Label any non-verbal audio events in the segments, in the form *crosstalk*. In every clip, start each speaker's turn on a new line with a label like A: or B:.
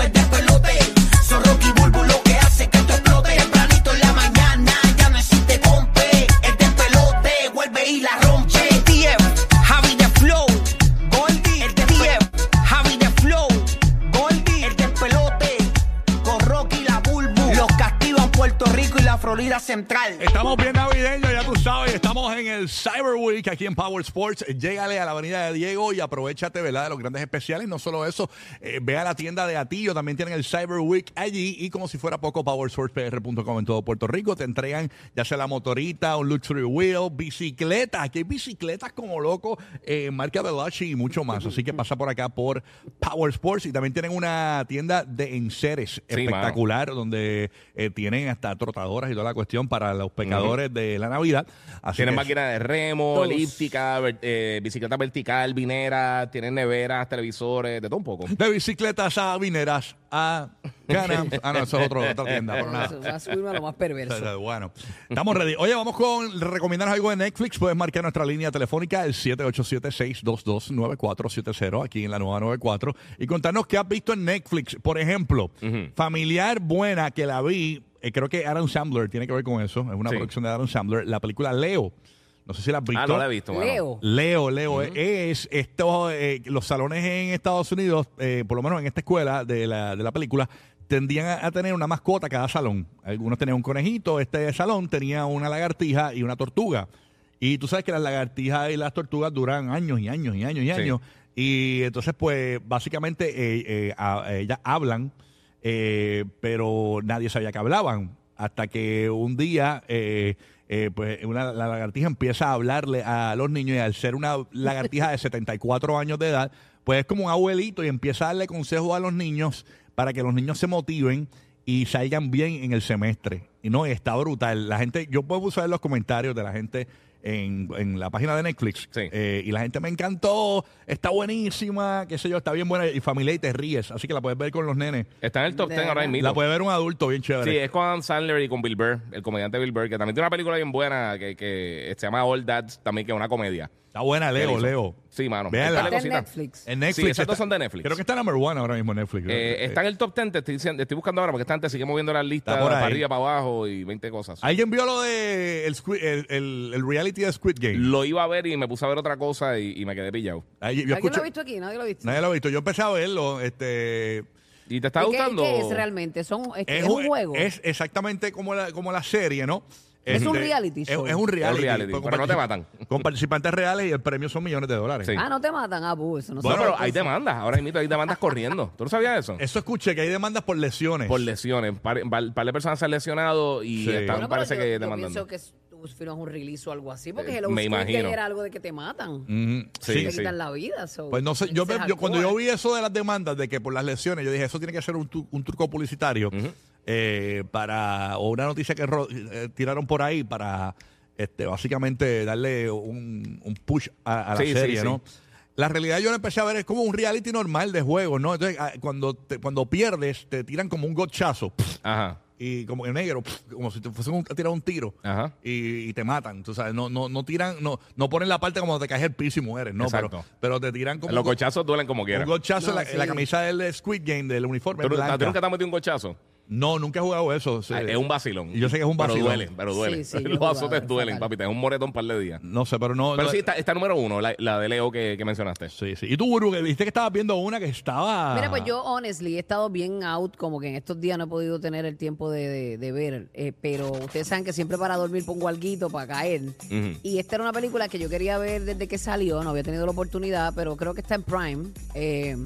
A: el despelote. Son Rocky Bulbo lo que hace que esto explote. Tempranito en la mañana, ya no existe compe. El despelote vuelve y la rompe. TF, Javi de Flow, Goldie. El TF, Javi de Flow, Goldie. El despelote con Rocky la Bulbo. Los castigan Puerto Rico y la Florida Central.
B: Estamos bien navideños, ya tú sabes, estamos en el Cyber Week aquí en Power Sports. Llégale a la avenida de Diego y aprovechate, ¿verdad? De los grandes especiales. No solo eso, eh, ve a la tienda de Atillo, también tienen el Cyber Week allí y como si fuera poco, powersportspr.com en todo Puerto Rico. Te entregan ya sea la motorita, un luxury wheel, bicicletas. Aquí hay bicicletas como loco, eh, marca Belachi y mucho más. Así que pasa por acá por Power Sports y también tienen una tienda de enseres
C: Sí,
B: espectacular
C: mano.
B: espectacular, donde eh, tienen hasta trotadoras y toda la cuestión para los pecadores de la Navidad. Así
C: Tienen
B: que-
C: máquina de remo, elíptica, ver- eh, bicicleta vertical, vinera, tienen neveras, televisores, de todo un poco.
B: De bicicletas a vineras,
C: *laughs*
B: a Canams. Ah, no, eso es otro, otra tienda, pero nada.
D: Eso, vas a subirme a lo más perverso.
B: Pero Bueno, estamos ready. Oye, vamos con recomendarnos algo de Netflix. Puedes marcar nuestra línea telefónica, el 787-622-9470, aquí en la nueva 94, y contarnos qué has visto en Netflix. Por ejemplo, Familiar Buena, que la vi, eh, creo que Aaron Sandler tiene que ver con eso. Es una
C: Sí.
B: producción de Aaron Sandler. La película Leo. No sé si la has visto.
C: Ah, no la he visto, mano.
D: Leo.
B: Leo, Leo, eh, es estos, eh, los salones en Estados Unidos, eh, por lo menos en esta escuela de la, de la película, tendían a, a tener una mascota cada salón. Algunos tenían un conejito, este salón tenía una lagartija y una tortuga. Y tú sabes que las lagartijas y las tortugas duran años y años y años y
C: Sí.
B: años. Y entonces, pues, básicamente eh, eh, a- ellas hablan, eh, pero nadie sabía que hablaban. Hasta que un día, eh, eh, pues, una, la lagartija empieza a hablarle a los niños y al ser una lagartija de 74 años de edad, pues es como un abuelito y empieza a darle consejos a los niños para que los niños se motiven y salgan bien en el semestre. Y no, está brutal. La gente, yo puedo usar los comentarios de la gente en, en la página de Netflix.
C: Sí.
B: Eh, y la gente me encantó, está buenísima, qué sé yo, está bien buena y familia y te ríes. Así que la puedes ver con los nenes.
C: Está en el top
D: De
C: 10 ahora
D: verdad.
C: mismo.
B: La puede ver un adulto bien chévere.
C: Sí, eh. es con Adam Sandler y con Bill Burr, el comediante Bill Burr, que también tiene una película bien buena que, que se llama All That, también que es una comedia.
B: Está buena,
C: Que
B: Leo,
C: hizo.
B: Leo.
C: Sí, mano.
B: Véanla.
C: Dale
D: Está en
C: cosita.
D: Netflix.
B: En Netflix.
C: Sí, esas dos son de Netflix.
B: Creo que está number one ahora mismo en Netflix.
C: Eh, está en el top 10, te estoy, diciendo, te estoy buscando ahora porque esta gente sigue moviendo las listas
B: Está por
C: para
B: ahí.
C: arriba, para abajo y 20 cosas.
B: ¿Alguien vio lo de el, Squid- el- el- el reality de Squid Game?
C: Lo iba a ver y me puse a ver otra cosa y, y me quedé pillado.
B: Ay, yo
D: ¿Alguien
B: escucho-
D: lo ha visto aquí? Nadie lo ha visto.
B: Nadie lo ha visto. Yo empecé a verlo. Este,
C: ¿Y te está
D: ¿Y qué-
C: gustando?
D: ¿Qué es realmente? Son, es, es un juego.
B: Es exactamente como la, como la serie, ¿no?
D: Es un
B: Este,
D: reality show.
B: Es, es un reality.
C: Es un reality,
B: con
C: pero no te
B: partici-
C: matan.
B: Con participantes reales y el premio son millones de dólares.
C: Sí.
D: Ah, no te matan. Ah, pues, eso no
C: No,
B: Bueno,
C: pero hay demandas. Ahora mismo hay demandas corriendo. ¿Tú no
B: *laughs*
C: sabías eso?
B: Eso escuché, que hay demandas por lesiones.
C: Por lesiones. Un par, par- par de personas se han lesionado y
B: Sí.
C: están,
D: Bueno, pero
C: parece
D: yo-
C: que
D: yo
C: demandando.
D: pienso que es- tú firmas un release o algo así, porque
C: Eh,
D: el old
C: me
D: school
C: imagino.
D: que era algo de que te matan.
B: Ujú,
C: Sí,
B: sí.
D: Te quitan la vida. so,
B: Pues no sé,
D: tiene
B: yo,
D: que ser
B: me- yo- cuando yo
D: hardcore.
B: vi eso de las demandas, de que por las lesiones, yo dije, eso tiene que ser un, tu- un truco publicitario eh, para, o una noticia que ro- eh, tiraron por ahí para, este, básicamente, darle un, un push a, a la
C: Sí, sí,
B: serie,
C: sí.
B: ¿no? La realidad yo la empecé a ver es como un reality normal de juego, ¿no? Entonces, ah, cuando, te- cuando pierdes, te tiran como un gochazo.
C: Ajá.
B: y como en negro, pf, como si te fuesen un- a tirar un tiro
C: Ajá.
B: Y, y te matan. Tú sabes, no, no, no tiran, no, no ponen la parte como te caes el piso y mueres, no, pero,
C: Exacto.
B: pero te tiran como
C: Los
B: un, go-
C: cochazos duelen como
B: un
C: quieran. ¿Tú,
B: gochazo en la,
D: No,
B: en la
D: sí.
B: camisa del eh, Squid Game, del uniforme.
C: tú
B: blanca.
C: nunca te has metido un cochazo?
B: No, nunca he jugado eso. sí.
C: Ah, Es un vacilón.
B: Y yo sé que es un vacilón.
C: Pero duele, pero duele.
D: Sí,
C: *laughs*
D: sí, yo he
C: Los
D: jugado,
C: azotes
D: es
C: duelen,
D: fatal.
C: papi. Te es un moretón un par de días.
B: No sé, pero no.
C: Pero
B: no- eh.
C: sí, está, está número uno, la, la de Leo que, que mencionaste.
B: sí, sí. Y tú, Buru, que viste que estabas viendo una que estaba.
D: Mira, pues yo, honestly, he estado bien out, como que en estos días no he podido tener el tiempo de, de- de ver, eh, pero ustedes saben que siempre para dormir pongo alguito para caer.
C: Ujú.
D: Y esta era una película que yo quería ver desde que salió, no había tenido la oportunidad, pero creo que está en Prime. eh,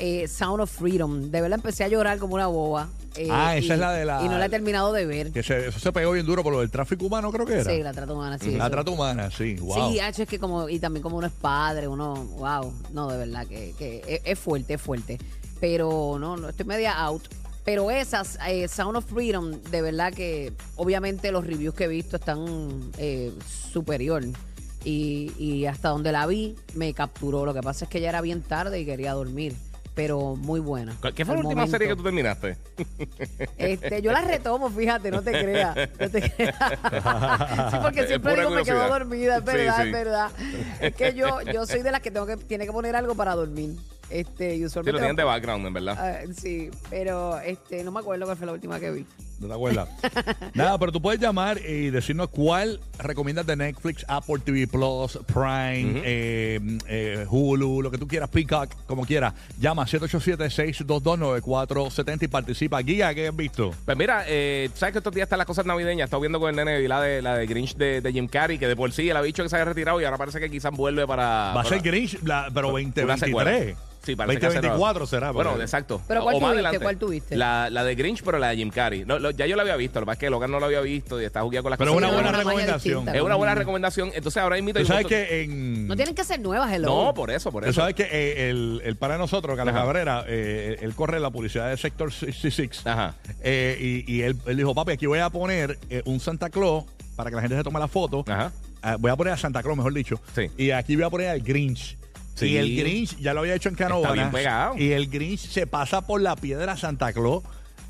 D: eh, Sound of Freedom. De verdad empecé a llorar como una boba. eh,
B: Ah, esa
D: y-
B: es la de la-
D: Y no la he terminado de ver.
B: Que se- eso se pegó bien duro por lo del tráfico humano, creo que era.
D: Sí, la trato humana, sí.
B: La
D: eso.
B: trata humana, sí. Wow.
D: Sí, hacho, es que como, y también como uno es padre, uno, wow, no, de verdad, que, que es, es fuerte, es fuerte. pero no, no estoy media out. Pero esas, eh, Sound of Freedom, de verdad que obviamente los reviews que he visto están eh, superior. Y, y hasta donde la vi, me capturó. Lo que pasa es que ya era bien tarde y quería dormir. Pero muy buena.
C: ¿Qué fue la
D: Al
C: última serie que
D: momento.
C: tú terminaste?
D: Este, yo la retomo, fíjate, no te creas. No
C: *laughs*
D: te creas. sí, porque
C: Es
D: siempre
C: pura
D: digo me
C: curiosidad.
D: quedo dormida, es
C: Sí,
D: verdad,
C: sí.
D: es verdad. Es que yo, yo soy de las que tengo que, tiene que poner algo para dormir. Este, y
C: Sí,
D: usualmente.
C: lo
D: no-
C: tenían de background, en verdad.
D: Ah, sí, pero este, no me acuerdo cuál fue la última que vi.
B: ¿No te
C: *laughs*
B: acuerdas? Nada, pero tú puedes llamar y decirnos cuál recomiendas de Netflix, Apple TV Plus, Prime, eh, eh, Hulu, lo que tú quieras, Peacock, como quieras. Llama 787-622-9470 y participa. Guía, ¿qué has visto?
C: Pues mira, eh, sabes que estos días están las cosas navideñas. Estaba viendo con el nene y la de, la de Grinch de, de Jim Carrey, que de por sí él ha dicho que se había retirado y ahora parece que quizás vuelve para.
B: Va a
C: para-
B: ser Grinch, la- pero
C: Ah, una
B: 2023.
C: secuela. Sí, parece que hace-
B: 2024 será. pues.
C: Bueno,
B: porque-
C: exacto.
D: Pero ¿cuál
C: O más
D: tuviste?
C: adelante.
D: ¿Cuál tuviste?
C: La, la de Grinch, pero la de Jim Carrey. No, lo- ya yo la había visto, lo que pasa es que Logan no la había visto y está jugando con las
B: Pero
C: cosas.
B: una
D: Sí,
B: buena
D: una magia
B: recomendación.
D: distinta.
C: Es una buena recomendación. Entonces ahora invito
B: Tú sabes que en...
D: No tienen que ser nuevas, hello.
C: Mm. No, pues, por eso, por
B: Tú
C: eso.
B: sabes que eh, el, el para nosotros, Carlos
C: Ajá.
B: Cabrera, eh, él corre la publicidad del sector 66.
C: Ajá.
B: Eh, y y él, él dijo, papi, aquí voy a poner eh, un Santa Claus para que la gente se tome la foto.
C: Ajá.
B: Ah, voy a poner a Santa Claus, mejor dicho.
C: Sí.
B: Y aquí voy a poner al Grinch.
C: Sí.
B: Y el Grinch, ya lo había hecho en Canova.
C: bien pegado.
B: Y el Grinch se pasa por la piedra Santa Claus.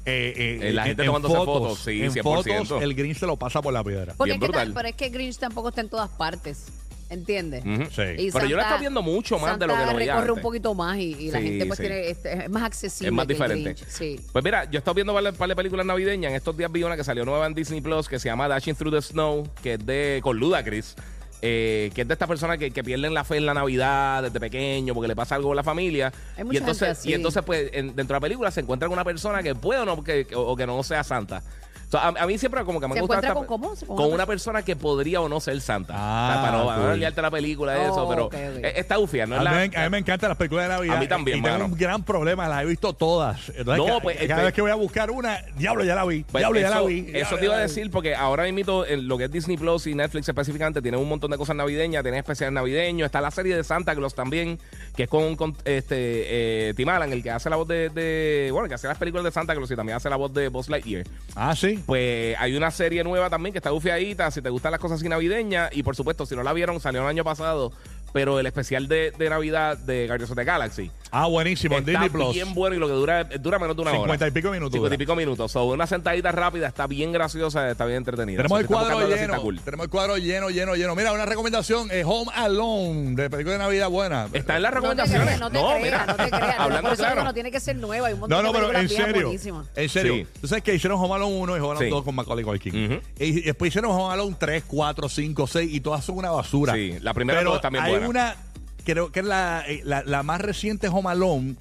B: eh, eh,
C: Eh, la gente tomándose fotos, sí,
B: en
C: 100%.
B: fotos, el Grinch se lo pasa por la piedra.
D: Porque
C: Bien
D: es que ta-
C: brutal.
D: pero es que Grinch tampoco está en todas partes. ¿Entiendes?
C: Ujú.
B: Sí.
D: Y
C: Pero yo la
D: Santa-
C: estoy viendo mucho más de lo que
D: Santa
C: lo veía
D: recorre un
C: antes.
D: poquito más y, y la
C: Sí,
D: gente pues
C: sí.
D: tiene, este, es más accesible.
C: Es más
D: que el
C: diferente.
D: Grinch, Sí.
C: Pues mira, yo he estado viendo un par de películas navideñas. En estos días vi una que salió nueva en Disney Plus que se llama Dashing Through the Snow, que es de con Ludacris. eh, que es de estas personas que, que pierden la fe en la Navidad desde pequeño porque le pasa algo a la familia.
D: Hay mucha
C: y entonces,
D: gente así.
C: y entonces pues, en- dentro de la película se encuentra con una persona que puede o, no, que, o, o que no sea santa. O sea, a, a mí siempre como que me
D: ¿Se
C: gusta
D: encuentra
C: esta-
D: con cómo? ¿Con
C: con
D: una
C: una persona que podría o no ser santa.
B: Ah,
C: O sea, para no, para no
B: cool.
C: liarte la película de eso,
D: Oh,
C: pero
D: ok, ok.
C: eh, está ufia, ¿no?
B: A
C: es
B: mí,
C: la-
B: me- a mí me encantan las películas de Navidad.
C: A mí también,
B: Y tengo
C: mano.
B: un gran problema, las he visto todas. Entonces,
C: No,
B: ca-
C: pues,
B: cada
C: este-
B: vez que voy a buscar una, diablo, ya la vi.
C: Pues
B: diablo, ya
C: eso,
B: la vi.
C: Eso
B: diablo,
C: te
B: ya
C: iba a
B: la vi.
C: decir, porque ahora mismo en lo que es Disney Plus y Netflix específicamente tienen un montón de cosas navideñas, tienen especiales navideños, está la serie de Santa Claus también, que es con, con, este eh, Tim Allen, el que hace la voz de, de- bueno, que hace las películas de Santa Claus y también hace la voz de Buzz Lightyear.
B: Ah, sí.
C: Pues hay una serie nueva también que está bufiadita, si te gustan las cosas así navideñas, y por supuesto, si no la vieron, salió el año pasado, pero el especial de, de Navidad de Guardians of the Galaxy.
B: Ah, buenísimo, en
C: Está
B: Disney Plus.
C: bien bueno y lo que dura dura menos de una hora.
B: 50 y pico minutos
C: 50 y
B: dura.
C: pico minutos. So, una sentadita rápida, está bien graciosa, está bien entretenida.
B: Tenemos
C: So,
B: el
C: si estás
B: cuadro
C: buscando algo así,
B: lleno.
C: está cool.
B: Tenemos el cuadro lleno, lleno, lleno. Mira, una recomendación es Home Alone, de película de Navidad buena.
C: Está en las
D: No te
C: recomendaciones.
D: creas, no te creas, no te
C: *laughs*
B: *laughs*
D: creas. No,
C: Hablando
D: por eso
C: claro.
D: digo, no tiene que ser nueva. Hay un montón
B: No, no,
D: de
B: pero en
D: películas viejas
B: serio.
D: buenísimas.
B: En serio.
C: Sí.
B: Tú sabes que hicieron Home Alone 1 y Home Alone
C: Sí.
B: 2 con Macaulay Culkin.
C: Ujú.
B: Y después hicieron Home Alone 3, 4, 5, 6 y todas son una basura.
C: Sí, la primera
B: Pero
C: todas también
B: hay
C: buenas.
B: una, creo que es la, eh, la, la más reciente Home Alone.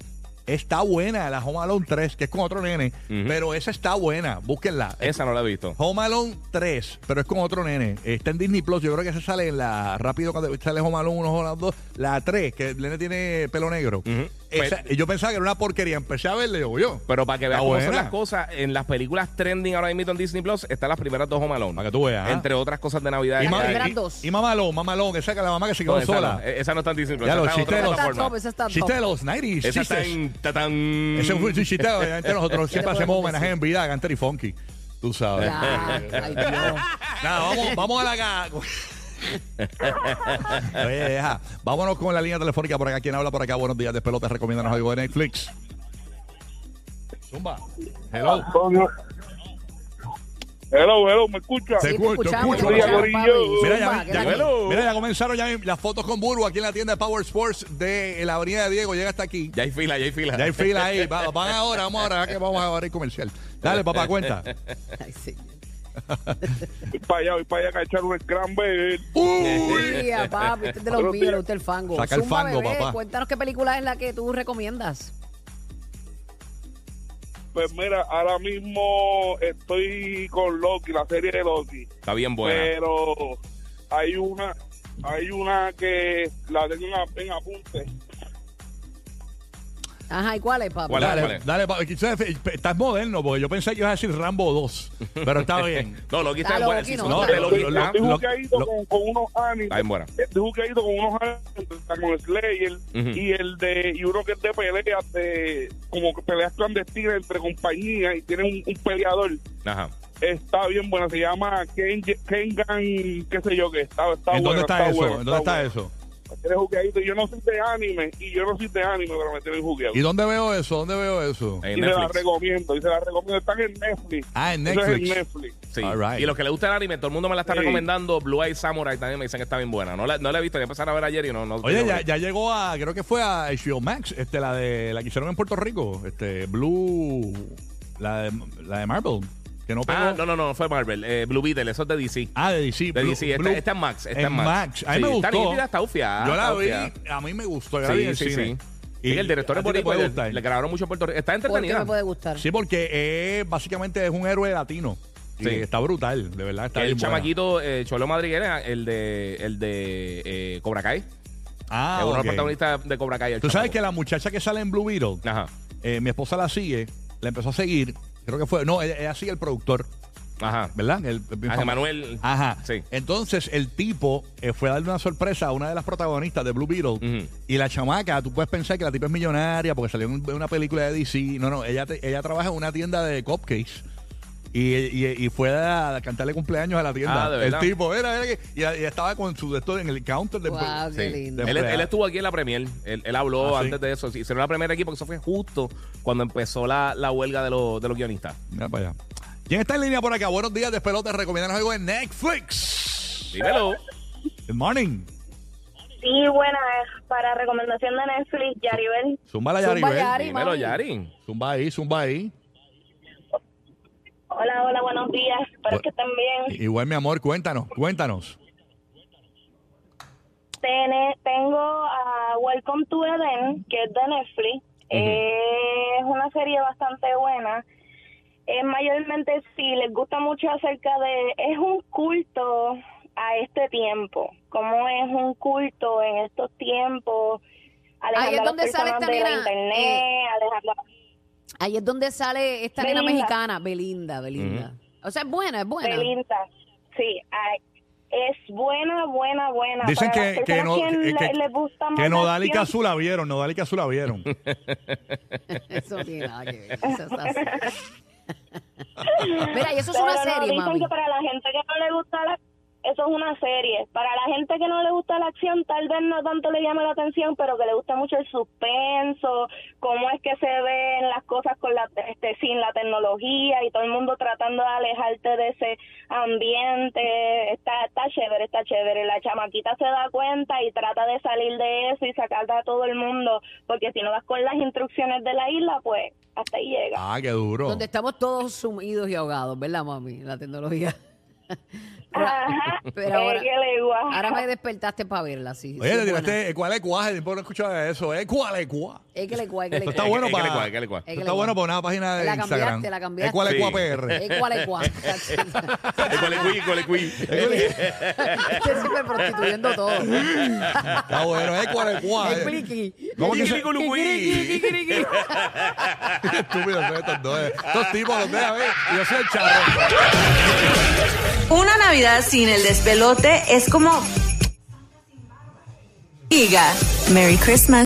B: Está buena la Home Alone 3, que es con otro nene,
C: Ujú.
B: pero esa está buena, búsquenla.
C: Esa no la he visto.
B: Home Alone 3, pero es con otro nene. Está en Disney Plus. Yo creo que se sale en la. Rápido cuando sale Home Alone 1, Home Alone 2. La 3, que el nene tiene pelo negro.
C: Ujú. Pues,
B: Esa- y yo pensaba que era una porquería. Empecé a verle, digo yo.
C: Pero para que veas
B: Está
C: cómo son
B: buena.
C: las cosas, en las películas trending ahora mismo en Disney Plus están las primeras dos Home Alone.
B: Para que tú veas, ¿ah?
C: Entre otras cosas de Navidad.
B: Y,
D: Las
C: que
B: ma-
C: hay.
D: primeras
B: y-
D: dos.
B: y Mamá Lone, Mamá Lone, esa que la mamá que se quedó
C: No, esa,
B: sola.
C: no, eh. esa no está en Disney Plus.
B: Ya
C: esa
B: los
C: está en otra
B: chisteros.
D: Está
C: plataforma.
D: top, esa está
B: Chiste de
D: top.
B: los 90s.
C: Esa está
B: chistes.
C: en... tatán.
B: Ese fue un
C: *laughs*
B: chiste. Obviamente nosotros siempre
D: podemos
B: hacemos
D: decir?
B: homenaje en vida a Ganter y Funky. Tú sabes.
D: Claro, ay, Dios.
B: Nada, vamos, vamos a la ca- *laughs* Oye, deja. Vámonos con la línea telefónica por acá. ¿Quién habla por acá? Buenos días, despelote. Recomiéndanos algo de Netflix. Zumba. Hello.
E: Hello, hello, ¿me escucha?
B: Se
D: Sí, te
B: escucha,
D: escuchamos,
B: escucha.
D: te escuchamos,
E: Mira,
D: papi.
E: Corillo.
B: Mira, ya,
D: Zumba, que
B: ya-
D: la-
C: Hello.
B: mira, ya comenzaron ya las fotos con Burbu aquí en la tienda de Power Sports de la Avenida de Diego. Llega hasta aquí.
C: Ya hay fila, ya hay fila.
B: Ya hay fila ahí. Va- van ahora, vamos ahora, que vamos a abrir comercial. Dale, papá, *laughs* cuenta.
D: Ay, sí.
E: Voy para allá, voy para allá a cachar un gran bebé.
D: Tía, papi, usted es de los
E: Buenos
D: míos,
E: días.
D: le gusta el fango.
B: Saca el
D: Zumba,
B: fango,
D: bebé,
B: papá.
D: Cuéntanos qué película es la que tú recomiendas.
E: Pues mira, ahora mismo estoy con Loki, la serie de Loki.
C: Está bien buena.
E: Pero hay una, hay una que la tengo en, ap- en apunte.
D: Ajá, ¿y cuál es, papi?
C: ¿Cuál es?
B: Dale, dale, pa- quizás, eh, estás moderno, porque yo pensé que ibas a decir Rambo 2, pero está bien.
C: No, Loki está
D: Ah,
C: en buena.
D: Loki
C: Sí,
D: no,
C: son
D: no,
C: tres
D: no.
C: Loki,
B: Lo-
C: ¿verdad?
E: Estoy
B: lo-
E: jugadito
B: lo-
E: con, con unos animes. Eh,
C: Está en buena.
E: Estoy jugadito con unos animes, con el Slayer
C: Ujú.
E: y el de y uno que es de peleas, de, como que peleas clandestinas entre compañías y tiene un, un peleador.
C: Ajá.
E: Está bien buena, se llama Ken, Kengan, qué sé yo qué. Está, está
B: ¿En dónde
E: buena,
B: está eso?
E: buena,
B: ¿En dónde está
E: buena.
B: eso?
E: Tiene jugadito. Yo no soy de anime y yo no soy de anime, pero me tienen jugadito.
B: ¿Y dónde veo eso? ¿Dónde veo eso?
C: En
E: Y se la
C: Netflix.
E: recomiendo, y se la recomiendo. Están en Netflix.
B: Ah, en
E: Eso es
B: Netflix.
E: Netflix.
C: Sí.
B: All right.
C: Y los que le gusta el anime, todo el mundo me la está
E: Sí.
C: recomendando. Blue Eye Samurai también me dicen que está bien buena. No la, no la he visto, la empezaron a ver ayer y no. no
B: Oye,
C: no-
B: ya, ya llegó a, creo que fue a HBO Max, este, la de la que hicieron en Puerto Rico, este, Blue, la de, la de Marvel, que no pegó.
C: Ah, no, no, no, fue Marvel. Eh, Blue Beetle, eso es de DC.
B: Ah, de DC.
C: de
B: Blue-
C: DC, esta,
B: Blue-
C: esta es Max. Esta es
B: en Max. A mí me
C: Sí, Está
B: gustó.
C: nítida, está ufiada.
B: Yo la
C: está
B: vi,
C: ufiada.
B: a mí me gustó, yo la vi en
C: Sí,
B: el
C: sí,
B: cine.
C: sí. Y el director
B: ¿a ti
C: es
B: te
C: boricua,
B: puede
C: le,
B: gustar?
C: le grabaron mucho en Puerto Rico. Está
D: ¿Por qué
C: entretenida.
D: me puede gustar?
B: Sí, porque es, básicamente es un héroe latino. Y
C: Sí.
B: está brutal, de verdad. Está
C: el
B: bien buena.
C: chamaquito eh, Cholo Madriguera, el de, el de eh, Cobra Kai.
B: Ah,
C: es uno de
B: ok.
C: los protagonistas de Cobra Kai. el
B: Tú sabes que
C: chamaco.
B: la muchacha que sale en Blue Beetle,
C: Ajá.
B: eh, mi esposa la sigue, la empezó a seguir. Creo que fue, no, ella, ella sigue el productor,
C: Ajá.
B: ¿verdad? El, el-
C: Ángel Manuel.
B: Ajá.
C: Sí.
B: Entonces el tipo eh, fue a darle una sorpresa a una de las protagonistas de Blue Beetle.
C: Ujú.
B: Y la chamaca, tú puedes pensar que la tipa es millonaria porque salió en una película de DC. No, no, ella, te- ella trabaja en una tienda de cupcakes. Y, y, y fue a, cantarle cumpleaños a la tienda.
C: Ah, ¿de
B: el
C: verdad?
B: tipo, era, era que- y, y estaba con su de esto en el counter del
D: Guau, qué
C: Sí.
D: lindo.
B: De-
C: Él, él estuvo aquí en la Premier. Él, él habló
B: Ah, sí.
C: antes de eso. Sí, Hicieron la primera aquí porque eso fue justo cuando empezó la, la huelga de, los- de los guionistas.
B: Mira para allá. ¿Quién está en línea por acá? Buenos días, despelote. Recomiendan algo en Netflix.
C: Dímelo.
B: Good morning.
F: Sí, buena. Para recomendación de Netflix, Yaribel.
B: Zumba la Yari.
D: Zumba,
B: ven.
D: Yari.
C: Dímelo,
D: mami.
C: Yari.
B: Zumba ahí, zumba ahí.
F: Hola, hola, buenos días. Espero que estén bien.
B: Igual, mi amor, cuéntanos, cuéntanos.
F: Tene- tengo a Welcome to Eden, que es de Netflix. Es una serie bastante buena. Es mayormente, sí, les gusta mucho acerca de... Es un culto a este tiempo. ¿Cómo es un culto en estos tiempos? Alejando
D: Ahí es
F: a las
D: donde sale esta
F: personas de la
D: nena,
F: internet,
D: eh,
F: alejando a-
D: Ahí es donde sale esta nena
F: Belinda.
D: mexicana, Belinda, Belinda. O sea, es buena, es buena.
F: Belinda. Sí, ay, es buena, buena, buena.
B: Dicen
F: Para
B: que,
F: las
B: que no, eh,
F: personas
B: que,
F: le- les gusta
B: que
F: más
B: Nodal y
F: la acción,
B: Cazú la vieron, Nodal y Cazú la vieron.
D: Eso no tiene nada que ver.
F: *laughs*
D: Eso es así. Mira, y eso es
F: pero
D: una
F: no,
D: serie,
F: dicen
D: mami.
F: que para la gente que no le gusta la eso es una serie. Para la gente que no le gusta la acción, tal vez no tanto le llame la atención, pero que le gusta mucho el suspenso, cómo es que se ven las cosas con la, este, sin la tecnología y todo el mundo tratando de alejarte de ese ambiente. Está, está chévere, está chévere. La chamaquita se da cuenta y trata de salir de eso y sacar a todo el mundo, porque si no vas con las instrucciones de la isla, pues hasta ahí llega.
B: Ah, qué duro.
D: Donde estamos todos sumidos y ahogados, ¿verdad, mami? La
F: *laughs*
D: tecnología. Pero,
F: Ajá.
D: pero
F: Eh,
D: ahora,
F: que le guaja.
D: ahora me despertaste para verla, sí. sí,
B: Oye, le
D: es buena.
B: tiraste, eh, ¿cuál es cuál? Después no escuchaba eso. ¿eh? ¿Cuál es cuál?
D: Es que le cual, es que
B: Esto
D: le
B: está
D: cual.
B: bueno
C: eh, que le
B: para.
C: cual, que le cual.
B: esto
D: Eh, que le
B: está
D: cual.
B: bueno para una página de
D: La
B: Instagram.
D: cambiaste, la cambiaste.
B: ¿Eh, ¿Cuál es
C: Sí.
B: cuál PR?
D: *laughs* Es cual, es
B: *laughs*
D: cual.
C: *laughs* Eh, ¿Cuál es Gui? ¿Cuál es Gui?
D: *laughs* Usted siempre
B: *laughs*
D: prostituyendo todo.
B: Está bueno, ¿eh? ¿Cuál es cuál?
D: Es
B: *laughs*
D: pliqui.
B: ¿Cómo que se-
D: Kikiriki, kikiriki.
B: Estúpidos son estos dos. eh. Estos tipos los dejan, ¿eh? Yo soy el charro.
G: Una Navidad sin el despelote es como... Giga. Merry Christmas.